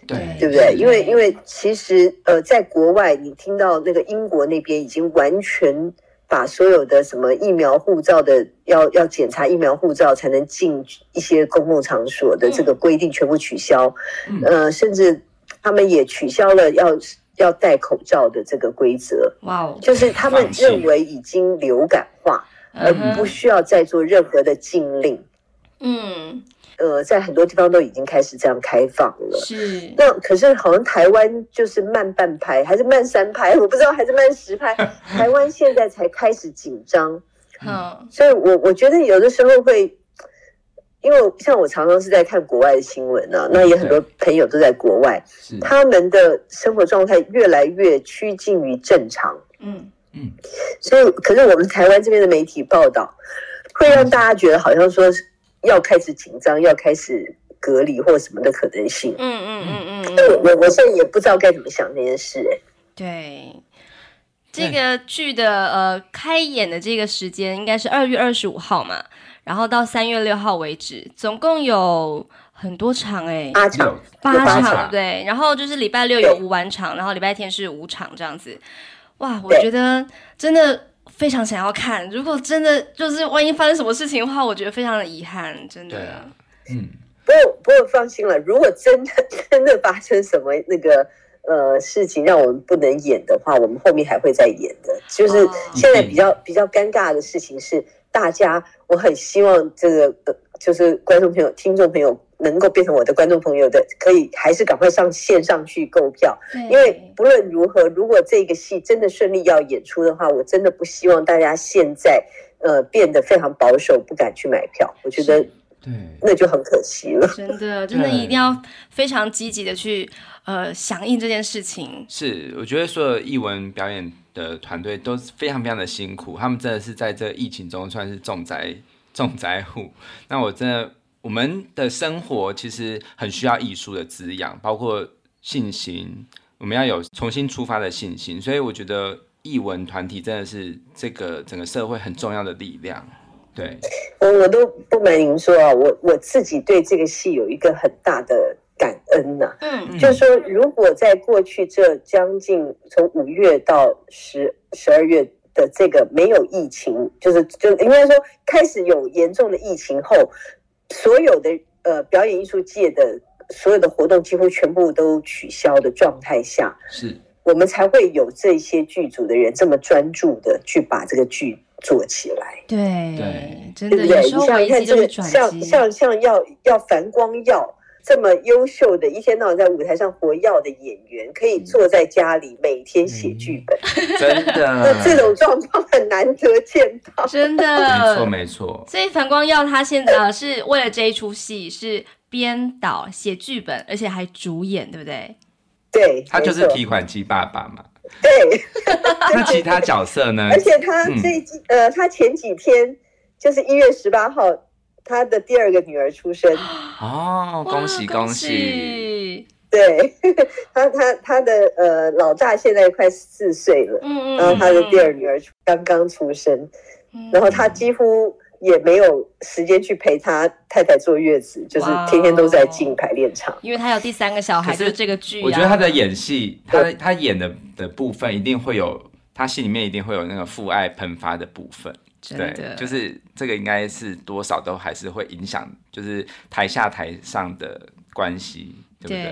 Speaker 3: 对，
Speaker 2: 对不对？
Speaker 1: 嗯
Speaker 2: 因为因为其实呃，在国外，你听到那个英国那边已经完全把所有的什么疫苗护照的要要检查疫苗护照才能进一些公共场所的这个规定全部取消，
Speaker 3: 嗯
Speaker 2: 呃，甚至他们也取消了要要戴口罩的这个规则，
Speaker 1: 哇哦，
Speaker 2: 就是他们
Speaker 3: 放弃
Speaker 2: 认为已经流感化，而
Speaker 1: 嗯哼
Speaker 2: 呃不需要再做任何的禁令。
Speaker 1: 嗯，
Speaker 2: 呃，在很多地方都已经开始这样开放了。
Speaker 1: 是，
Speaker 2: 那可是好像台湾就是慢半拍，还是慢三拍， (laughs) 我不知道还是慢十拍。台湾现在才开始紧张，
Speaker 1: 嗯，
Speaker 2: 所以我我觉得有的时候会，因为我像我常常是在看国外的新闻啊，那也很多朋友都在国外，
Speaker 3: 是，
Speaker 2: 他们的生活状态越来越趋近于正常，
Speaker 1: 嗯，
Speaker 2: 所以可是我们台湾这边的媒体报道，会让大家觉得好像说是要开始紧张，要开始隔离或什么的可能性
Speaker 1: 嗯。嗯嗯嗯
Speaker 2: 我
Speaker 1: 嗯，
Speaker 2: 欸我我现在也不知道该怎么想这件事、哎
Speaker 1: 对，这个剧的呃开演的这个时间应该是二月二十五号嘛，然后到三月六号为止，总共有很多场哎、
Speaker 2: 八场，
Speaker 1: 八
Speaker 2: 有
Speaker 1: 场
Speaker 2: 八
Speaker 3: 场
Speaker 1: 对，然后就是礼拜六有五晚场，然后礼拜天是五场这样子。哇，我
Speaker 2: 对
Speaker 1: 觉得真的非常想要看。如果真的就是万一发生什么事情的话，我觉得非常的遗憾，真的。
Speaker 3: 对啊嗯，
Speaker 2: 不过不过放心了，如果真的真的发生什么那个呃事情让我们不能演的话，我们后面还会再演的。就是
Speaker 1: 哦
Speaker 2: 现在比较比较尴尬的事情是，大家我很希望这个、呃、就是观众朋友、听众朋友能够变成我的观众朋友的，可以还是赶快上线上去购票。
Speaker 1: 对
Speaker 2: 因为不论如何，如果这个戏真的顺利要演出的话，我真的不希望大家现在呃变得非常保守，不敢去买票。我觉得
Speaker 1: 是
Speaker 3: 对。
Speaker 2: 那就很可惜了。 (laughs)
Speaker 1: 真的真的
Speaker 3: 对
Speaker 1: 一定要非常积极的去呃响应这件事情。
Speaker 3: 是，我觉得所有艺文表演的团队都是非常非常的辛苦，他们真的是在这疫情中算是重灾重灾户。那我真的，我们的生活其实很需要艺术的滋养，包括信心，我们要有重新出发的信心。所以我觉得艺文团体真的是这个整个社会很重要的力量。对，
Speaker 2: 我我都不瞒您说啊，我我自己对这个戏有一个很大的感恩呐、
Speaker 1: 嗯，
Speaker 2: 就是说，如果在过去这将近从五月到十十二月的这个没有疫情，就是就应该说开始有严重的疫情后，所有的呃表演艺术界的所有的活动几乎全部都取消的状态下， (laughs)
Speaker 3: 是，
Speaker 2: 我们才会有这些剧组的人这么专注的去把这个剧做起来。
Speaker 1: 对
Speaker 3: 对
Speaker 1: 真
Speaker 2: 对
Speaker 1: 的
Speaker 2: 不
Speaker 1: 有
Speaker 2: 对？
Speaker 1: 时
Speaker 2: 你
Speaker 1: 候
Speaker 2: 像
Speaker 1: 危
Speaker 2: 你看
Speaker 1: 机
Speaker 2: 这
Speaker 1: 就是
Speaker 2: 个
Speaker 1: 转
Speaker 2: 像
Speaker 1: 机。
Speaker 2: 像像要要樊光耀这么优秀的，一天到晚在舞台上活跃的演员，可以坐在家
Speaker 1: 嗯
Speaker 2: 里每天写
Speaker 3: 嗯
Speaker 2: 剧本，
Speaker 3: 真的
Speaker 2: (laughs) 那，这种状况很难得见到。
Speaker 1: 真
Speaker 3: 没错
Speaker 1: 的，
Speaker 3: 没错，
Speaker 1: 所以樊光耀他现在、呃、是为了这一出戏是编导、写剧本，而且还主演，对不 (laughs) 对？
Speaker 2: 对，
Speaker 3: 他就是
Speaker 2: 没错
Speaker 3: 提款机爸爸嘛。
Speaker 2: 对，
Speaker 3: (laughs) 那其他角色呢？
Speaker 2: (laughs) 而且他
Speaker 3: 嗯
Speaker 2: 这几、呃，他前几天就是一月十八号，他的第二个女儿
Speaker 1: (gasps)
Speaker 2: 出生。
Speaker 3: 哦，恭喜
Speaker 1: 哇
Speaker 3: 恭喜！！
Speaker 2: 对 (laughs) 他，他他的呃老大现在快四岁了，
Speaker 1: 嗯嗯，
Speaker 2: 然后他的第
Speaker 1: 二，
Speaker 2: 二女儿刚刚出生，
Speaker 1: 嗯
Speaker 2: 然后他几乎也没有时间去陪他太太坐月子，就是
Speaker 1: 哇哦
Speaker 2: 天天都在进排练场。
Speaker 1: 因为他有第三个小孩，
Speaker 3: 可是
Speaker 1: 就是这个剧、啊，
Speaker 3: 我觉得他的演戏，他他演的的部分一定会有，他戏里面一定会有那个父爱喷发的部分。
Speaker 1: 真
Speaker 3: 对
Speaker 1: 的，
Speaker 3: 就是这个应该是多少都还是会影响，就是台下台上的关系，对不对？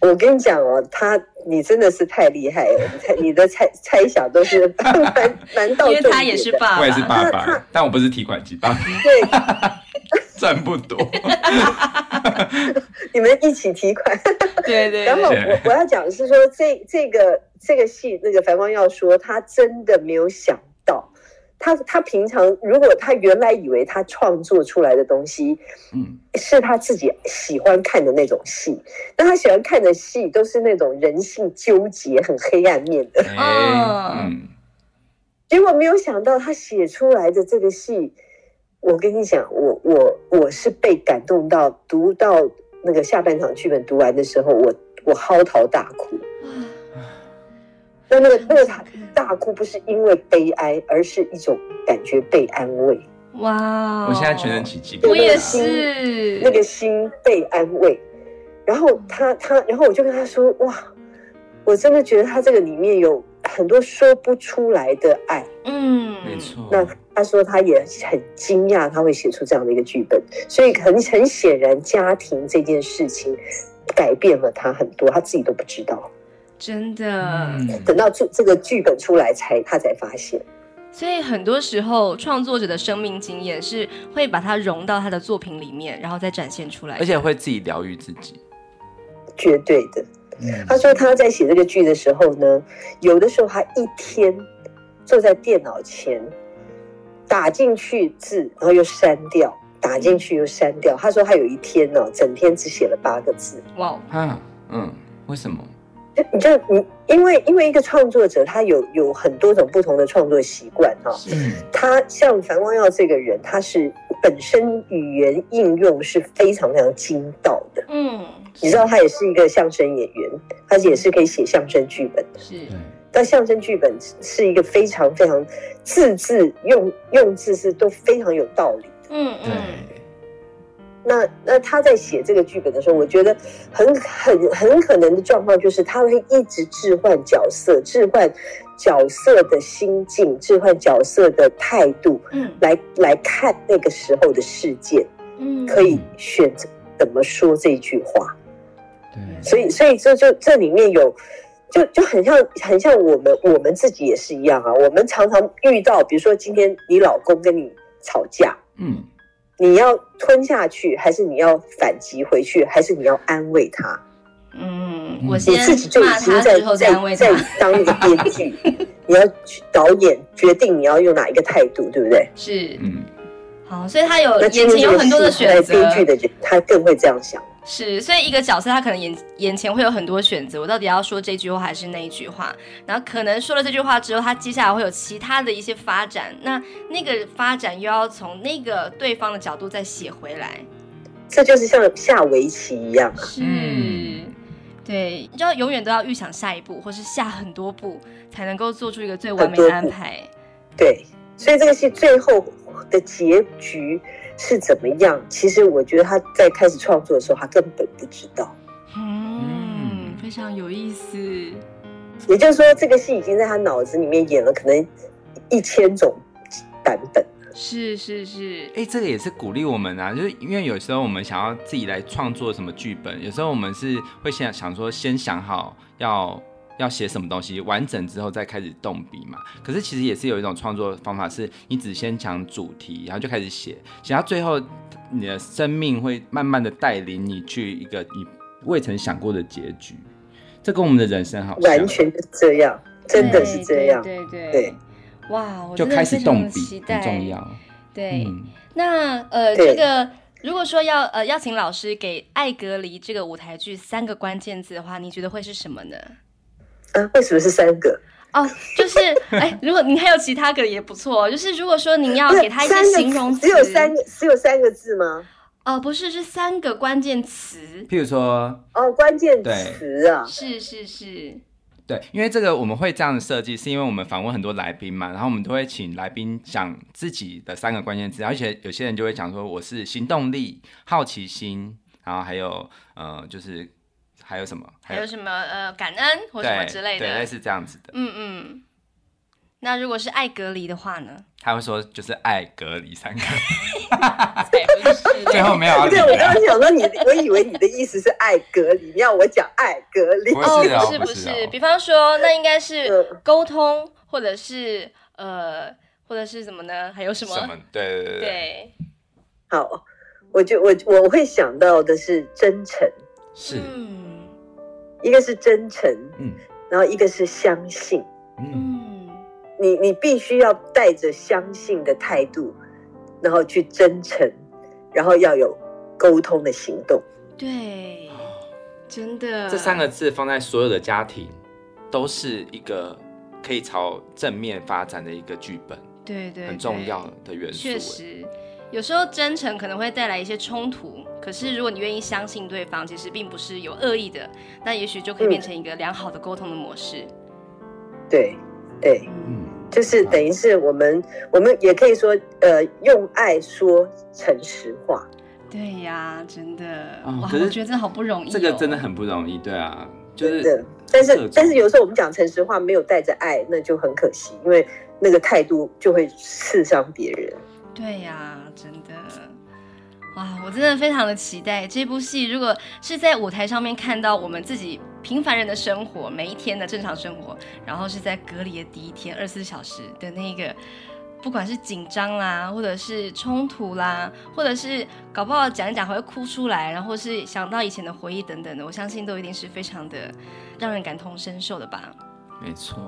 Speaker 1: 对，
Speaker 2: 我跟你讲哦，他你真的是太厉害了，你猜你的猜猜想都是 (laughs) 蛮蛮到
Speaker 1: 因为
Speaker 2: 重点的。
Speaker 1: 他也是爸爸，
Speaker 3: 我也是爸爸，但我不是提款机爸爸，
Speaker 2: 对，
Speaker 3: 赚不 (laughs) 多。
Speaker 2: 你们一起提款。
Speaker 1: 对对
Speaker 2: 然后
Speaker 1: 对，
Speaker 2: 我我要讲的是说，这这个这个戏，那个樊光耀说，他真的没有想到，他他平常如果他原来以为他创作出来的东西
Speaker 3: 嗯，
Speaker 2: 是他自己喜欢看的那种戏，那他喜欢看的戏都是那种人性纠结、很黑暗面的，
Speaker 3: 哎、
Speaker 1: 哦
Speaker 3: 嗯，
Speaker 2: 结果没有想到他写出来的这个戏。我跟你讲，我我我是被感动到，读到那个下半场剧本读完的时候，我我嚎啕大哭。那那个那 (laughs) 个大大哭不是因为悲哀，而是一种感觉被安慰，
Speaker 1: 哇哦，
Speaker 3: 我现在全身起鸡皮
Speaker 1: 我
Speaker 3: 疙瘩。
Speaker 1: 也是，
Speaker 2: 那个心被安慰。然后他他，然后我就跟他说：“哇，我真的觉得他这个里面有很多说不出来的爱。
Speaker 1: 嗯，
Speaker 3: 没，错，
Speaker 2: 那他说他也很惊讶，他会写出这样的一个剧本，所以很很显然，家庭这件事情改变了他很多，他自己都不知道。
Speaker 1: 真的。
Speaker 3: 嗯
Speaker 2: 等到这这个剧本出来才，他才发现。
Speaker 1: 所以很多时候，创作者的生命经验是会把它融到他的作品里面，然后再展现出来。
Speaker 3: 而且会自己疗愈自己。
Speaker 2: 绝对的，
Speaker 3: 嗯
Speaker 2: 他说他在写这个剧的时候呢，有的时候他一天坐在电脑前，打进去字，然后又删掉，打进去又删掉。他说他有一天呢、整天只写了八个字。
Speaker 1: 哇哦，
Speaker 3: 啊，嗯，为什么？
Speaker 2: 就你就你，因为因为一个创作者，他有有很多种不同的创作习惯哈、
Speaker 3: 嗯，
Speaker 2: 他像樊光耀这个人，他是本身语言应用是非常非常精到的。
Speaker 1: 嗯，
Speaker 2: 你知道，他也是一个相声演员，他也是可以写相声剧本
Speaker 1: 嗯
Speaker 2: 的。
Speaker 1: 是
Speaker 3: 对，
Speaker 2: 那相声剧本是一个非常非常字字用用字是都非常有道理的。
Speaker 1: 嗯
Speaker 3: 对，
Speaker 1: 嗯，
Speaker 2: 那那他在写这个剧本的时候，我觉得很很很可能的状况就是他会一直置换角色，置换角色的心境，置换角色的态度，
Speaker 1: 嗯
Speaker 2: 来来看那个时候的世界，
Speaker 1: 嗯，
Speaker 2: 可以选择怎么说这句话。
Speaker 3: 对，
Speaker 2: 所以，所以这就这里面有，就就很像很像我们我们自己也是一样啊。我们常常遇到，比如说今天你老公跟你吵架，
Speaker 3: 嗯，
Speaker 2: 你要吞下去，还是你要反击回去，还是你要安慰他？
Speaker 1: 嗯，我先
Speaker 2: 你自己就已
Speaker 1: 骂
Speaker 2: 经
Speaker 1: 他
Speaker 2: 在
Speaker 1: 之后再安
Speaker 2: 在
Speaker 1: 慰
Speaker 2: 在
Speaker 1: 他，
Speaker 2: 当一个编
Speaker 1: (laughs)
Speaker 2: 剧，你要去导演决定你要用哪一个态度，对不对？
Speaker 1: 是
Speaker 3: 嗯，
Speaker 1: 好，所以他有
Speaker 2: 那今
Speaker 1: 眼前
Speaker 2: 天这
Speaker 1: 有
Speaker 2: 个
Speaker 1: 很多的
Speaker 2: 戏在
Speaker 1: 选择，
Speaker 2: 编剧的人，他更会这样想。
Speaker 1: 是，所以一个角色他可能眼眼前会有很多选择，我到底要说这句话还是那一句话？然后可能说了这句话之后，他接下来会有其他的一些发展，那那个发展又要从那个对方的角度再写回来。
Speaker 2: 这就是像下围棋一样，
Speaker 1: 是
Speaker 3: 嗯
Speaker 1: 对，你知道永远都要预想下一步，或是下很多步，才能够做出一个最完
Speaker 2: 很
Speaker 1: 美
Speaker 2: 多
Speaker 1: 的安
Speaker 2: 步
Speaker 1: 排。
Speaker 2: 对，所以这个戏最后的结局是怎么样？其实我觉得他在开始创作的时候，他根本不知道。
Speaker 1: 嗯，非常有意思。
Speaker 2: 也就是说，这个戏已经在他脑子里面演了可能一千种版本。
Speaker 1: 是是是，
Speaker 3: 哎，这个也是鼓励我们啊，就是因为有时候我们想要自己来创作什么剧本，有时候我们是会先想说先想好要要写什么东西，完整之后再开始动笔嘛。可是其实也是有一种创作方法，是你只先讲主题，然后就开始写，写到最后，你的生命会慢慢的带领你去一个你未曾想过的结局。这跟我们的人生好像，
Speaker 2: 完全就是这样，真的是这样。
Speaker 1: 对对对
Speaker 2: 对
Speaker 1: 哇，我
Speaker 3: 就
Speaker 1: 真的
Speaker 3: 开始
Speaker 1: 非常
Speaker 3: 动笔
Speaker 1: 期，
Speaker 3: 很
Speaker 1: 待
Speaker 3: 重。要。
Speaker 1: 对，
Speaker 3: 嗯，
Speaker 1: 那呃，这
Speaker 2: 对
Speaker 1: 个如果说要呃邀请老师给《艾格离》这个舞台剧三个关键字的话，你觉得会是什么呢？
Speaker 2: 啊，为什么是三个？
Speaker 1: (laughs) 哦，就是哎，如果您还有其他个也不错哦，就是如果说您要
Speaker 2: 不是
Speaker 1: 给他一些
Speaker 2: 三个
Speaker 1: 形容词，
Speaker 2: 只有三个，只有三个字吗？
Speaker 1: 哦，不是，是三个关键词，
Speaker 3: 譬如说，
Speaker 2: 哦，关键词啊，
Speaker 1: 是是是，
Speaker 3: 对，因为这个我们会这样设计，是因为我们访问很多来宾嘛，然后我们都会请来宾讲自己的三个关键字，而且有些人就会讲说我是行动力、好奇心，然后还有呃，就是还有什么，
Speaker 1: 还有什么呃感恩或什么
Speaker 3: 对
Speaker 1: 之类
Speaker 3: 对，类
Speaker 1: 的，
Speaker 3: 似这样子的。
Speaker 1: 嗯嗯。那如果是艾格离的话
Speaker 3: (laughs)
Speaker 1: 呢？
Speaker 3: 他会说就是爱隔离三个，
Speaker 1: 才不是嘞
Speaker 3: (laughs) 最后没有要
Speaker 2: 不
Speaker 3: 理
Speaker 2: 对，我
Speaker 3: 啊
Speaker 2: 刚刚想说你，我以为你的意思是爱隔离，你要我讲爱隔离。
Speaker 3: 不
Speaker 1: 哦，
Speaker 3: 是啊
Speaker 1: 不是
Speaker 3: 不
Speaker 1: 不
Speaker 3: 是
Speaker 1: 是，
Speaker 3: 啊
Speaker 1: 比方说，那应该是
Speaker 2: 嗯
Speaker 1: 沟通，或者是呃，或者是什么呢？还有什么？
Speaker 3: 什么？对对对对，
Speaker 1: 对，
Speaker 2: 好，我就我我会想到的是真诚，
Speaker 3: 是，
Speaker 1: 嗯
Speaker 2: 一个是真诚，
Speaker 3: 嗯
Speaker 2: 然后一个是相信。
Speaker 3: 嗯，
Speaker 1: 嗯
Speaker 2: 你你必须要带着相信的态度，然后去真诚，然后要有沟通的行动。
Speaker 1: 对，真的，
Speaker 3: 这三个字放在所有的家庭都是一个可以朝正面发展的一个剧本，
Speaker 1: 对对
Speaker 3: 很重要，的元
Speaker 1: 对
Speaker 3: 素。
Speaker 1: 确实。有时候真诚可能会带来一些冲突，可是如果你愿意相信对方，其实并不是有恶意的，那也许就可以
Speaker 2: 嗯
Speaker 1: 变成一个良好的沟通的模式。
Speaker 2: 对，对，
Speaker 1: 嗯，
Speaker 3: 嗯。
Speaker 2: 就是等于是我们，我们也可以说，呃，用爱说诚实话。
Speaker 1: 对呀，真的，
Speaker 3: 哦
Speaker 1: 哇，
Speaker 3: 可是
Speaker 1: 我觉得真的好不容易、哦，
Speaker 3: 这个真的很不容易，对啊，就是
Speaker 2: 真的但
Speaker 3: 各
Speaker 2: 是
Speaker 3: 种
Speaker 2: 但是有时候我们讲诚实话没有带着爱，那就很可惜，因为那个态度就会刺伤别人。
Speaker 1: 对呀、真的，哇，我真的非常的期待这部戏。如果是在舞台上面看到我们自己平凡人的生活，每一天的正常生活，然后是在隔离的第一天，二十四小时的那个。不管是紧张啦，或者是冲突啦，或者是搞不好讲一讲还会哭出来，然后是想到以前的回忆等等的，我相信都一定是非常的让人感同身受的吧。
Speaker 3: 没错，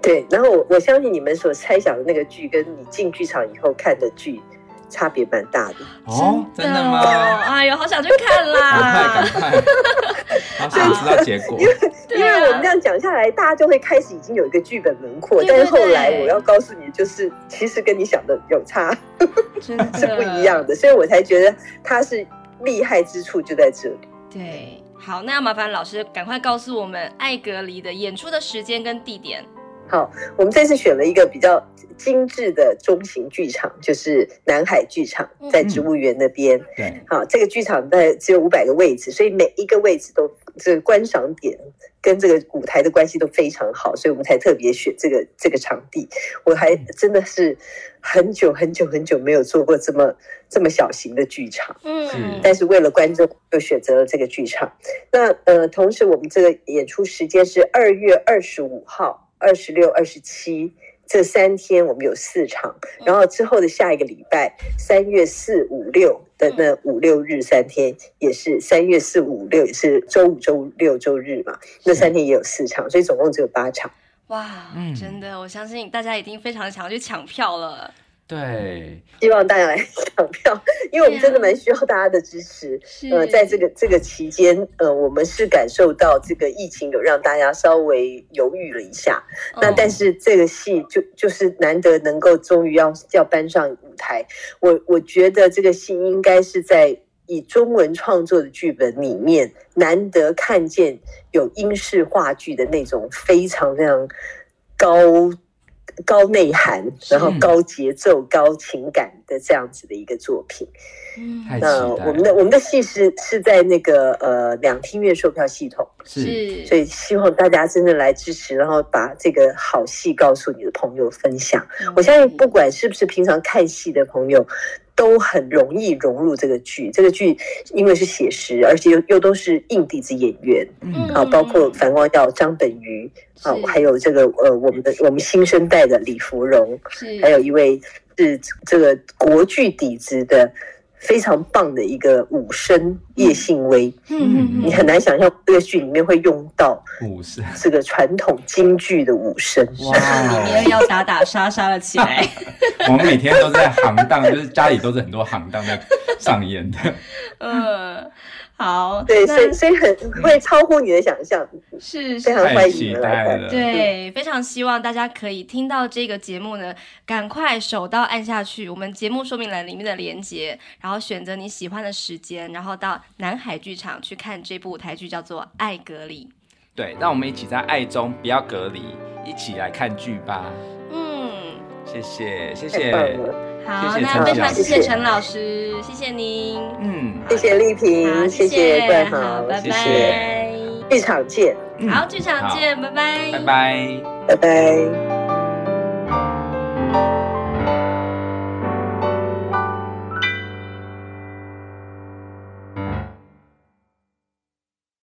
Speaker 2: 对，然后我我相信你们所猜想的那个剧，跟你进剧场以后看的剧差别蛮大的。
Speaker 3: 哦，真的吗？
Speaker 1: 哎呦，好想去看啦！
Speaker 3: 赶快赶快，好想知道结果。
Speaker 1: 对
Speaker 2: 因为
Speaker 1: 啊
Speaker 2: 我们这样讲下来，大家就会开始已经有一个剧本轮廓，
Speaker 1: 对对
Speaker 2: 但是后来
Speaker 1: 对
Speaker 2: 我要告诉你，就是其实跟你想的有差，
Speaker 1: (laughs) 真的
Speaker 2: 是不一样的，所以我才觉得它是厉害之处就在这里。
Speaker 1: 对，好，那要麻烦老师赶快告诉我们艾格里的演出的时间跟地点。
Speaker 2: 好，我们这次选了一个比较精致的中型剧场，就是南海剧场，
Speaker 1: 嗯
Speaker 2: 在植物园那边。
Speaker 3: 对，
Speaker 2: 好，啊这个剧场在只有五百个位置，所以每一个位置都这个观赏点跟这个舞台的关系都非常好，所以我们才特别选这个这个场地。我还真的是很久很久很久没有做过这么这么小型的剧场。
Speaker 1: 嗯
Speaker 2: 但是为了观众，就选择了这个剧场。那呃，同时我们这个演出时间是二月二十五号、二十六、二十七这三天，我们有四场。然后之后的下一个礼拜，三月四、五、六的那五六日三天，也是三月四、五、六也是周五、周六、周日嘛，那三天也有四场，所以总共只有八场。
Speaker 1: 哇，
Speaker 3: 嗯
Speaker 1: 真的，我相信大家一定非常想要去抢票了。
Speaker 3: 对，
Speaker 2: 希望大家来 (laughs) 抢票，因为我们真的蛮需要大家的支持。
Speaker 1: 是
Speaker 2: 呃，在
Speaker 1: 嗯
Speaker 2: 这个这个期间，呃，我们是感受到这个疫情有让大家稍微犹豫了一下。那但
Speaker 1: 是
Speaker 2: 是这个戏就就是难得能够终于要要搬上舞台，我我觉得这个戏应该是在以中文创作的剧本里面，难得看见有英式话剧的那种非常非常高。高内涵，然后高节奏、高情感的这样子的一个作品，
Speaker 1: 嗯
Speaker 3: 太期
Speaker 2: 那
Speaker 3: 待
Speaker 2: 我们的
Speaker 3: 了，
Speaker 2: 我们的戏是是在那个呃两厅院售票系统，
Speaker 3: 是
Speaker 1: 是
Speaker 2: 所以希望大家真的来支持，然后把这个好戏告诉你的朋友分享。
Speaker 1: 嗯
Speaker 2: 我相信不管是不是平常看戏的朋友，都很容易融入这个剧。这个剧因为是写实，而且又又都是硬底子演员
Speaker 3: 嗯，
Speaker 2: 啊，包括
Speaker 1: 嗯
Speaker 2: 樊光耀、张本鱼啊
Speaker 1: 是，
Speaker 2: 还有这个呃我们的我们新生代的李芙蓉，
Speaker 1: 是
Speaker 2: 还有一位是这个国剧底子的非常棒的一个武生叶信威，
Speaker 1: 嗯嗯
Speaker 2: 你
Speaker 1: 嗯
Speaker 2: 很难想象这个剧里面会用到
Speaker 3: 五十，
Speaker 2: 这个传统京剧的武生。
Speaker 3: 哇
Speaker 1: (laughs) 里面要打打杀杀了起
Speaker 3: (laughs)
Speaker 1: 来。
Speaker 3: 我们每天都在行当，就是家里都是很多行当在上演的，
Speaker 1: 嗯，好，
Speaker 2: (laughs) 对，
Speaker 1: 那
Speaker 2: 所以所以很会超乎你的想象，
Speaker 1: 是
Speaker 2: 非
Speaker 1: 是。
Speaker 2: 常
Speaker 3: 太
Speaker 2: 欢迎你
Speaker 3: 期
Speaker 2: 们来
Speaker 3: 待
Speaker 2: 看。
Speaker 3: 了，
Speaker 1: 对，非常希望大家可以听到这个节目呢，赶快手刀按下去我们节目说明栏里面的连接，然后选择你喜欢的时间，然后到南海剧场去看这部舞台剧，叫做《爱格里》。
Speaker 3: 对，让我们一起在爱中不要隔离，一起来看剧吧。
Speaker 1: 嗯，
Speaker 3: 谢谢，谢
Speaker 2: 太
Speaker 3: 谢，
Speaker 2: 棒了！
Speaker 1: 好，
Speaker 3: 谢谢
Speaker 1: 那
Speaker 3: 陈
Speaker 1: 非
Speaker 3: 老
Speaker 1: 常谢
Speaker 2: 师
Speaker 1: 谢陈老师，谢谢您，
Speaker 3: 嗯，
Speaker 2: 谢谢丽
Speaker 1: 好，
Speaker 2: 萍，谢
Speaker 1: 谢，
Speaker 2: 冠
Speaker 1: 好，
Speaker 2: 豪，
Speaker 1: 拜
Speaker 3: 谢
Speaker 1: 拜
Speaker 3: 谢。
Speaker 2: 剧场见，
Speaker 3: 嗯
Speaker 1: 好，剧场
Speaker 3: 好
Speaker 1: 见，拜拜，
Speaker 3: 拜拜。
Speaker 2: 拜拜。